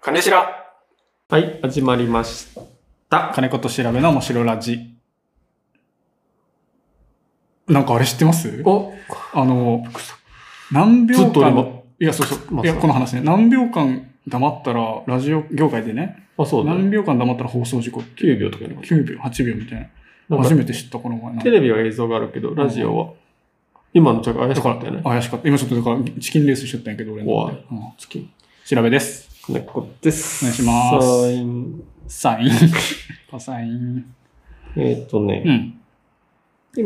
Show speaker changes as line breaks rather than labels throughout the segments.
金しら
はい、始まりました。
金子と調べの面白ラジ。なんかあれ知ってます
お、
あの、何秒
ずっと俺
間
も、
いや、そうそう、
ま
いや、
そう
この話ね、何秒間黙ったら、ラジオ業界でね、
あ、そうだ、
何
ね。
秒間黙ったら放送事故って、
9秒とかやる
9秒、8秒みたい
な
な。
んか
初めて知った、この前。なんか
テレビは映像があるけど、ラジオは、今のちょっと怪し
だか
かったよね
ら、。怪しかった。今ちょっと、だから、チキンレースしちゃったんやけど、俺の。
怖い
うん
月。
調べです。
金子です。
お願いします
サイン
サ イン。パサイン。
えっ、と
う
ね、
ん。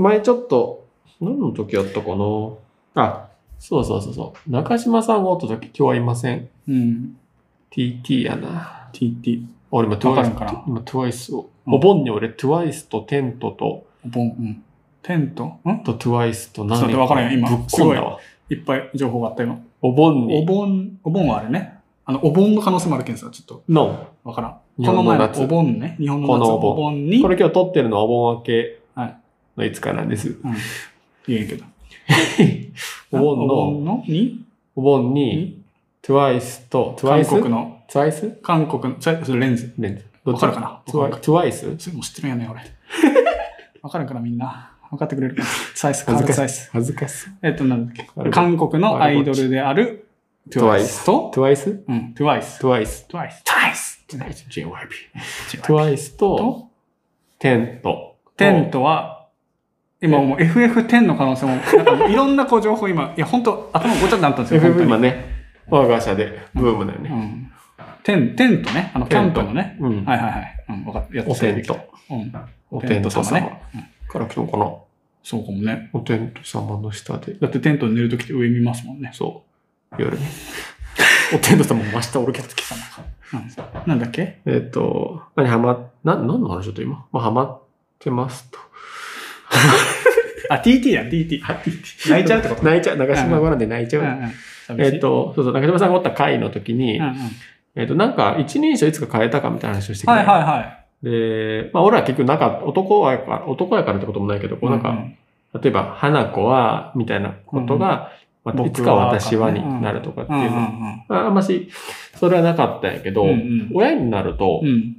前ちょっと、何の時やったかなあ、そうそうそうそう。中島さんがおった時、今日はいません。
うん。
TT やな。
TT。
俺今
わかる
TWICE、
んかな
今 TWICE を。
うん
お盆に俺 TWICE とテントと、
ボン。うん。テントん
と TWICE と何
ちょっとわからんよ今
ぶっ込んだわ。
いっぱい情報があった、今。
お盆
お
に、
盆、お盆はあれね。あの、お盆の可能性もあるけんさ、ちょっと
の、
わからん。
日
こ
本
の
の
前
夏
のお盆ね。日本の
こ
夏
の
の
お盆
お盆に。
これ今日撮ってるのはお盆明け
はい
のいつかなん です。
うん。言えんけど。
お盆の、
お盆のに
お盆に、TWICE と、
韓国
TWICE?TWICE?
の、韓国の、それそれレンズ。
レンズ。ど
わ
っち
かるかなわかる
?TWICE?
それもう知ってるん やね、俺。わかるからみんな。わかってくれるかな。サイズ、カ
恥
ー
ず
ルサ
か
イ
しい
ズ。。
恥ずかしい。
えっと、なんだっけ
カル。
韓国のアイドルである、トゥワイ
TWICE
スと、
TWICE?
うん、トゥワイス。
TWICE。
トゥワイス。トゥワイス
JYP。
トゥワイ
TWICE と、
と、
テント。
テントは、今もう FF10 の可能性も、なんかもういろんなこう情報今、いや本当頭ごちゃになったんですよ。
FF
本当
今
に
ね、我が社でブームだよ
う
ね。
ん。テン、テントね。あの、キャンプのね。
うん。
はいはいはい。うん、分かった。や
おテン
てた
ト。。
うん。
おテント様ね。
うん
から来たのかな
そうかもね。
おテント様の下で。
だってテントに寝るときって上見ますもんね。
そう。 夜ね。おテント様も真下おるけど。
うんなんだっけ
えっと、何ハマ、な、何の話だと今まあ、ハマってますと。
あ、TT だ、TT。泣いちゃうってこと
泣いちゃう。中島ごなんで泣いち
うんう
ゃう。
ん。寂
え
しい
っ、、と、そうそう、中島さんがおった回の時に、
うんうん。はい
えっ、と、なんか、一人称いつか変えたかみたいな話をしてきて、
はいはい。
で、まあ、俺は結局、なんか、男はやから、男やからってこともないけど、こうなんか、例えば、花子は、みたいなことが、まあ、いつか私は
僕は
になるとかって
う
い
んうん
うの、まああんまし、それはなかったんやけど、
うんうん
親になると
うん。う、ん。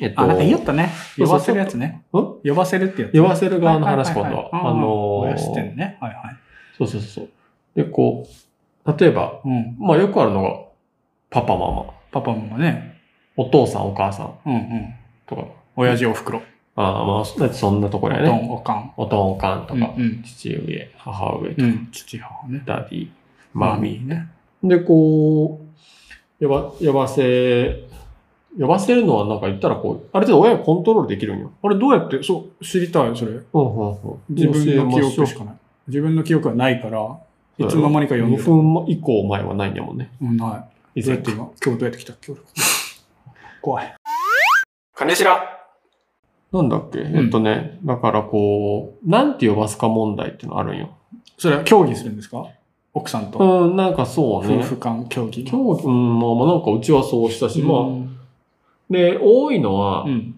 えっと、
あ、なんか言おったね。
そ
呼
うそう
ばせるやつね。
ん
呼ばせるってやつ。
酔わせる側の話、今度は。あ
親
の
視点
ー、
ね。はいはい。
そうそうそう。で、こう、例えば、
うん。
まあ、よくあるのが、パパ、ママ、
パパもね。
お父さん、お母さん
うんうん。
とか、
親父お袋。
ああ、まあ、そだってそんなとこ
お
ろや
と
ね。
ん、おかん。
おとんおかんと
う
か、
んうん。
父上、母上と
う
か、
ん。父母ね。
ダディ、マミ。
ね。
で、こう、呼ば、呼ばせ、呼ばせるのはなんか言ったらこう、ある程度親がコントロールできるんよ。
あれどうやって、そう、知りたい、それ。
うんうんうん。
自分の記憶し
か
かない。自分の記憶はないから、
う
い
やろ
つの間にか読ん
2
でる。
分以降前はないんやもんね。
うん、な
以
い。どう
前
やって今、今日どうやって来たっけ、俺怖い。
金しら
なんだっけ、えっとね、だからこう、なんて呼ばすか問題っていうのあるんよ。
それは協議するんですか奥さんと。
うん、なんかそうね。
夫婦間協議。
今日、うん、まあまあなんかうちはそうしたし、
う
まあ、
ん
で、多いのは、
うん。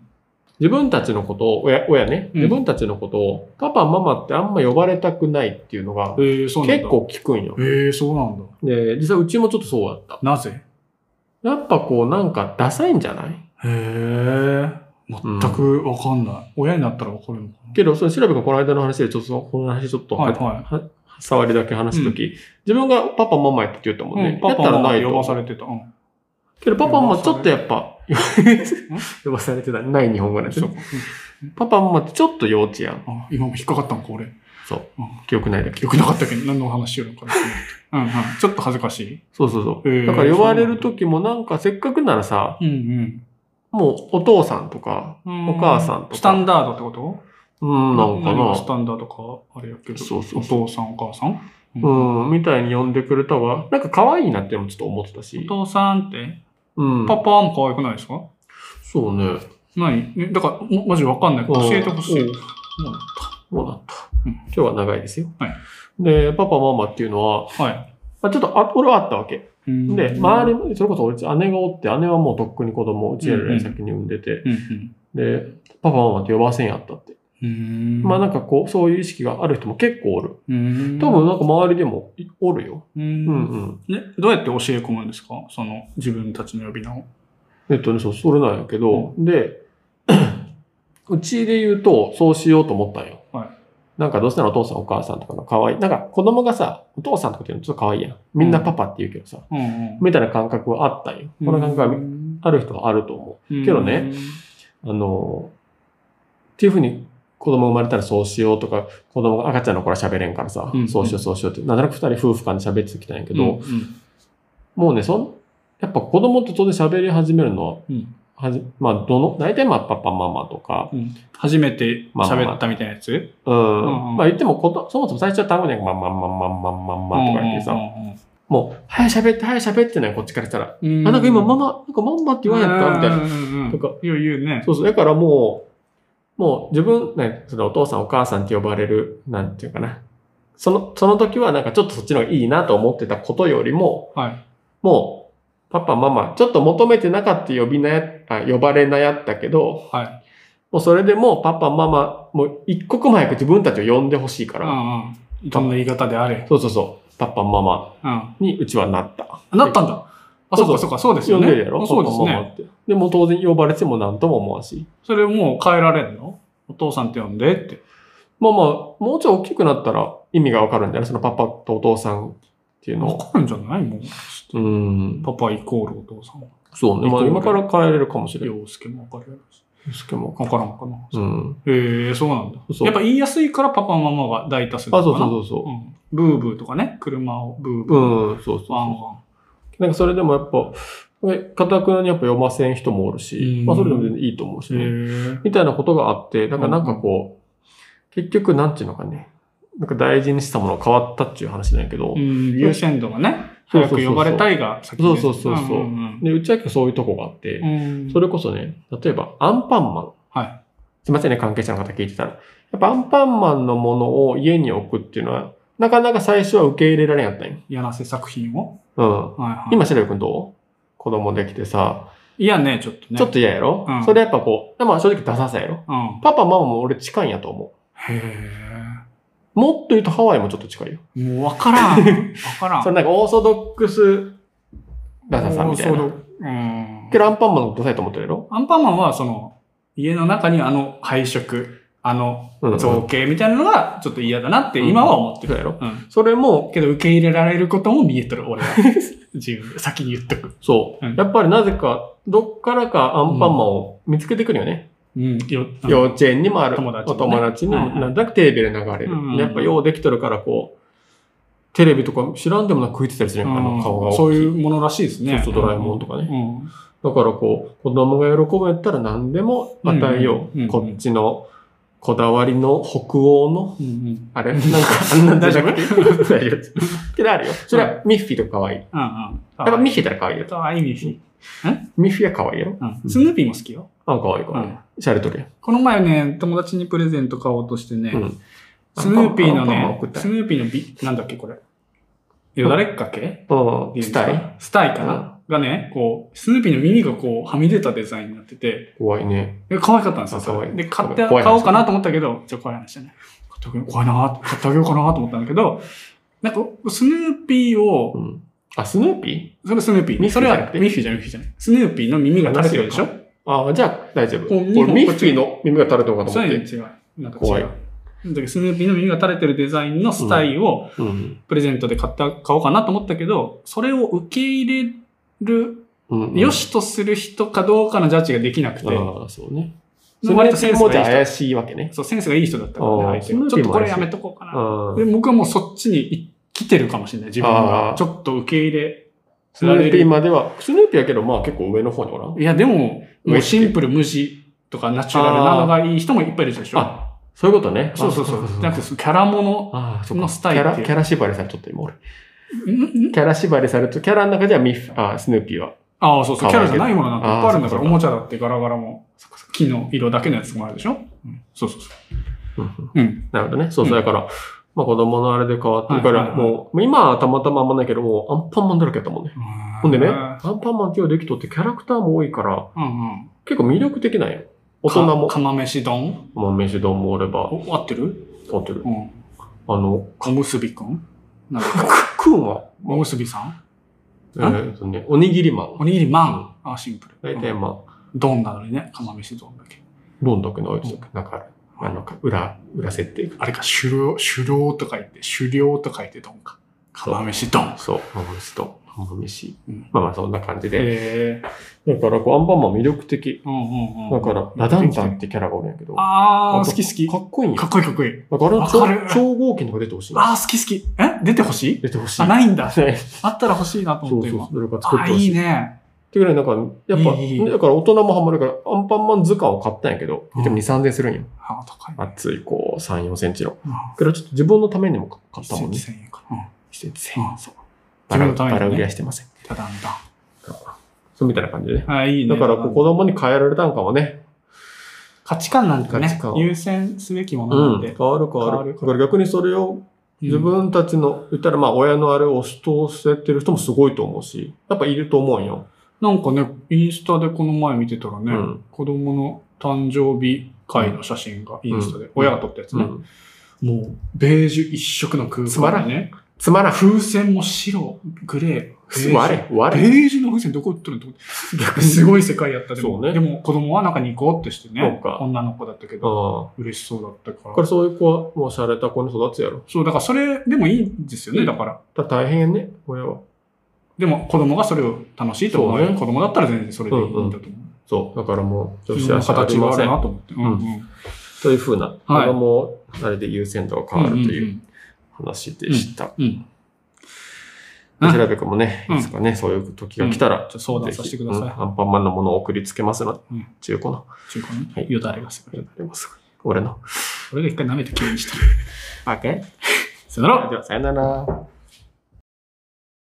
自分たちのことを、親、親ね、
うん
自分たちのことを、パパ、ママってあんま呼ばれたくないっていうのが、
えー、そうなんだ。
結。構聞くんよ。
えー、そうなんだ。
で、実際うちもちょっとそうだった。
なぜ
やっぱこう、なんかダサいんじゃない
へえ。全くわかんない。親になったらわかるのかな
けど、それ、調べがこの間の話で、ちょっとその、この話ちょっと、
はいはい
触りだけ話すとき、自分がパパ、ママやって言ったもんね。
うん、パパ
やったら
は
ないと
呼ばされてた。うん。
けど、パパ、ママちょっとやっぱ、呼ばされてた。ない日本語なんです
そう
よ
か。
パパ、ママってちょっと幼稚やん。
あ、今も引っかかったのか、俺。
そう
うん。
記憶ないだけ。
記憶なかったけど、何の話しようのかな。うんうん。ちょっと恥ずかしい。
そうそうそう。
へー
だから呼ばれる時もなんかせっかくならさ、
うん
もうお父さんとか、
うん
お母さんとか
スタンダードってこと
うん、なんか
何がス
な、
タンダードか、あれやけど。
そうそう
お父さん、お母さん。う
うん、みたいに呼んでくれたわ。なんか可愛いなっていうのもちょっと思ってたし。
お父さんって、
うん。
パパも可愛くないですか
そうね。
何えだから、もマジわかんない。教えてほしい。
うんもうなった。
うん
今日は長いですよ。
はい
で、パパ、ママっていうのは、
はい。
まあ、ちょっとあ、俺はあったわけ。
うん
で、周りも、それこそうち姉がおって、姉はもうとっくに子供をうちより先に産んでて、
うんうん。
で、パパ、ママって呼ばせんやったって。
うん。
まあなんかこう、そういう意識がある人も結構おる。
うん。
多分なんか周りでもいおるよ。
う
うん
ん。
うん。
ね、どうやって教え込むんですかその、自分たちの呼び名を。
えっとね、そう、それなんやけど、で、 うちで言うと、そうしようと思ったんよ。
はい
なんかどうせならお父さんお母さんとかの可愛い。なんか子供がさ、お父さんとかっていうのちょっと可愛いやん。みんなパパって言うけどさ、
うんうん。
みたいな感覚はあったんよ。この感覚はある人はあると思
うん
けどね。う。あの、っていうふうに子供生まれたらそうしようとか、子供が赤ちゃんの頃は喋れんからさ、
うん
そうしようそうしようって、なんとなく二人夫婦間で喋ってきたんやけ
け
ど、もうね、そん、やっぱ子供って当然喋り始めるのは、
うん
はじ、まあ、どの、大体まあ、パパママとか、
初めて喋ったみたいなやつ
うん、
うんうん
まあ言ってもこと、そもそも最初は単語じゃなくまあまあまあまあまあまあまあとか言ってさ、
うんうん
もう、早い喋って、早い喋ってない、こっちからしたら、
うんうん
あ、なんか今、ママ、なんかママって言わんやったみたいな。
な
とか
言う言うね。
そうそう、だからもう、もう自分、ね、そのお父さんお母さんって呼ばれる、なんていうかな。その、その時はなんかちょっとそっちの方がいいなと思ってたことよりも、
はい。
もう、パパ、ママ、ちょっと求めてなかった呼びなや、あ呼ばれなやったけど、
はい。
もうそれでもうパパ、ママ、もう一刻も早く自分たちを呼んでほしいか
う
ら、
んうん。どんな言い方であれ。
そうそうそう、パパ、ママ
うん。
にうちはなった。
なったんだ。あ、
そ
そうう
そう
かそうか、そうです
呼
よ
ん
ね。
でるやろ
あそうです
パパ、ママ
ね。
って。でも当然呼ばれても何とも思わんし。
それもう変えられんのお父さんって呼んでって。
まあまあ、もうちょい大きくなったら意味がわかるんだよね、そのパパとお父さんっていうの
わ
を。
かるんじゃないもう。
うん。
パパイコールお父さんは。
そうね。まあ今から帰れるかもしれない。
洋介もわかるやろし。
すけも。
わからんかな。
うん。
へえ、そうなんだ。
そう
やっぱ言いやすいからパパママが大多数な
あ、そ
の
う
かな。
そうそう
うん。ブーブーとかね、車をブーブ
そ
ー。
う。うん、そうそうそう。
ワンワン。
なんかそれでもやっぱ、かたくなにやっぱ読ません人もおるし
う、ん
まあそれでも全然いいと思うし
へ
ね。
え。
みたいなことがあって、なんかなんかこう、結局なんていうのかね、なんか大事にしたものが変わったっていう話なんやけど
う、ん、優先度がね、
そう
早
そうそうそう
く呼ばれたいが先です
そうそうそうそう
うん
で、うちは結構そういうとこがあって
う、んうん
それこそね、例えばアンパンマン。
はい。
すいませんね、関係者の方聞いてたら。やっぱアンパンマンのものを家に置くっていうのは、なかなか最初は受け入れられんやったんよ。
柳瀬作品を。
うん。
はいはい。
今、白井くんどう子供できてさ、
いやね、ちょっとね。
ちょっと嫌やろ
うん
それやっぱこう、まあ正直出させやろ
うん。
パパ、ママも俺近いんやと思う。
へ
もっと言うとハワイもちょっと近いよ。
え。もうわ からん。わからん。
それなんかオーソドックスダサさみたい
オーソド
な。
うん
け。どアンパンマンのことさえと思ってるやろ
アンパンマンは、その、家の中にあの配色、あの
うん。
造形みたいなのがちょっと嫌だなって
うん
今は思って
そう
る。
やろ
うん。
それも、
けど受け入れられることも見えとる、俺は。自分で先に言っとく。
そう、
うん
やっぱりなぜか、どっからかアンパンマンを見つけてくるよね。
うん。よ、
幼稚園にもある、
友達
お
もね
友達に
は
も、
いはい
なんとなくテレビで流れる、
うん
やっぱようできてるからこう、テレビとか知らんでもなく食いついたりする
う
やん、あの顔が
ん
大きい。
そういうものらしいですね。
そうそうドラえもんとかね
うん。
だからこう、子供が喜ぶんやったら何でも与えよう。
うんうんうんうん
こっちの、こだわりの北欧の
うんうん。
あれなんか、 あんなんじゃなくて
大
大 丈夫です。けどあるよ。それはミッフィーとか可愛い。
うんうん。
やっぱミッフィーだったら可愛いよ。
かわいいミッフィ
ミッフィーは可愛いよ。
ー。うん。スヌーピーも好きよ。
あ、可愛い可愛
う
い
ん。
シャレとけ。
この前ね、友達にプレゼント買おうとしてね、
うん
スヌーピーの
アンパンマン
ね
送っ、た
スヌーピーのビ、なんだっけこれ。よだれっかけ
うん。したい。
スタイかな、がね、こう、スヌーピーの耳がこう、はみ出たデザインになってて、
怖いね。
で可愛かったんですよ。
あ可愛い
で、買って、
怖い
買
話
おうかなと思ったけど、ちょ、怖い話だね。買ってあげよう、怖いなー買ってあげようかなと思ったんだけど、なんか、スヌーピーを
う、ん。あ、スヌーピ
それスヌーピー。
ミッフィー
それ
じゃな
は
く、て
ミッフィーじゃない、ミッフィーじゃない。スヌーピーの耳が垂れてるでしょ
ーあ、じゃあ大丈夫。
こう
俺ミ
二本
ッフィーの耳が垂れてるのかと
そう
思
いう
っ
の
て。
違う。なんか
怖
違。
いう
だけどスヌーピーの耳が垂れてるデザインのスタイルを
うん。
プレゼントで買った、買おうかなと思ったけど、それを受け入れる、
うん。
良しとする人かどうかのジャッジができなくて、
ああ、そうね。スヌ
割と
ー
セ
ピ
ン
ー
ス
も
が
じゃあ
いい
怪しいわけね
人。。そう、センスがいい人だったからね
あー、
相手が
スヌー
ち
ピーも
ょっとこれやめとこうかな。
うん
で、僕はもうそっちに来てるかもしれない、自分
あー
が。ちょっと受け入れ
スヌ
られ
ーピー
る。
までは、スヌーピーやけど、まあ結構上の方におらん
いや、でも、もうシンプル無地とかナチュラルなのがいい人もいっぱいいるでしょ。
あ、そういうことね。
そうそうそ
あ
う。じゃなくて、キャラもの
ああ、そっか
のスタイル
キャ
って
ラ、
いう
キャラ縛りされとった、今俺。
んん
キャラ縛りされると、キャラの中ではミッフ、あ、スヌーピーは。
ああ、そうそう。キャラじゃないものなんていっぱいあるんだから、
あーそうかそう
おもちゃだってガラガラも、木の色だけのやつもあるでしょ、うん、そうそうそう。うん。
なるほどね。そうそう。
うん
だから、まあ子供のあれで変わってるか
はい
ら、
はいはい
もう、今はたまたまあんまないけど、もうアンパンマンだらけやったもんね。ほんでね、アンパンマン今日できとってキャラクターも多いから、
うんうん。
結構魅力的なんよ。大人も
か。釜飯丼
まあ飯丼もおれば、
お合ってる
ホテル
う。ん。
あの、
おむすびくんなんか、
クーンは、
おむすびさん
えーとね、おにぎりマン。
おにぎりマン。あ、シンプル。
大体
うん
まあ、
丼なのにね、釜飯丼だけ。
ロンドクのおうちとか、なんかある。あの、裏、裏設定。
あれか、狩猟、狩猟と書いて、狩猟と書いて丼か。釜飯丼。
そう、マムシと、マムシ
うん。
まあまあ、そんな感じで。
へえ。
だから、こう、アンパンマン魅力的。
うんうんうん。
だから、ラダンダンってキャラがおるんやけど。
あ
あ
ー、
と
好き好き。
か
か
っこいいんや。
っこいいかっこいい。
だから、超
わかる
超合金とか出てほしい。
あー、好き好き。え出てほしい
出てほしい。
あ、ないんだ。
ない
あったら欲しいなと
そ
思っ
う
て
そう
今。
それから作っ
あ、
てほし
い
い。
いね。
ってぐらい、なんか、やっぱ、
いいいい
だから大人もハマるから、アンパンマン図鑑を買ったんやけど、
うん
でも2、3千するんよ。
あ、高い。
厚い、こう、3、4センチの。
うん
けど、ちょっと自分のためにも買ったもんね。
1000円か。うん。
して1000
うん
円。そう。バ
自
ラ
分のためにね
バラ売りはしてません。
だだんだ
そうみたいな感じでね。
ん。あ、いいね。
だから、こう子供に変えられたんかもね。
価値観なんて
価値
ね
観、
優先すべきも
う
のなん
ん。
で
変。わる変
変
わ
わ
る。
る
だから逆にそれを、自分たちの、言ったらまあ親のあれを押し通せてる人もすごいと思うし、やっぱいると思うんよ。
なんかね、インスタでこの前見てたらね、
うん
子供の誕生日会の写真がインスタで、
うん
親が撮ったやつ
う
ね、
ん。
もう、ベージュ一色の空間、ね。
つまら
ね。
つまらん。
風船も白、グレー。ベージ ュ
我、
ベ
我。
ージュの風船どこ売ってるのと思って
逆
すごい世界やったでも、
そうね
でも子供はなんかニコってして
そ
ね
うか、
女の子だったけど、
ああ。
嬉しそうだったか
だ
ら。
からそういう子はもう洒落た子に育つやろ。
そう、だからそれでもいいんですよね、だから。
だから大変やね、親は。
でも子供がそれを楽しいと思
そう
う。
ね
子供だったら全然それでいいんだと思う。
そう。だからもう、
いろんな形があるなと思って。うん
んというふうな、
はい
子供、あれで優先度が変わるといううん話でした。
うん。うんうん
で調べくんもね、
うん
いつかね、そういう時が来たら、
ちょっと相談させてくだ
ぜ
さ
ひ
い。
うんアンパンマンのものを送りつけますので、
うん
中古の。
中古
は
ね。
い
よだれがすごい。
俺の。
俺が一回舐めてきれいにした。
OK?
さよなら
では、さよなら。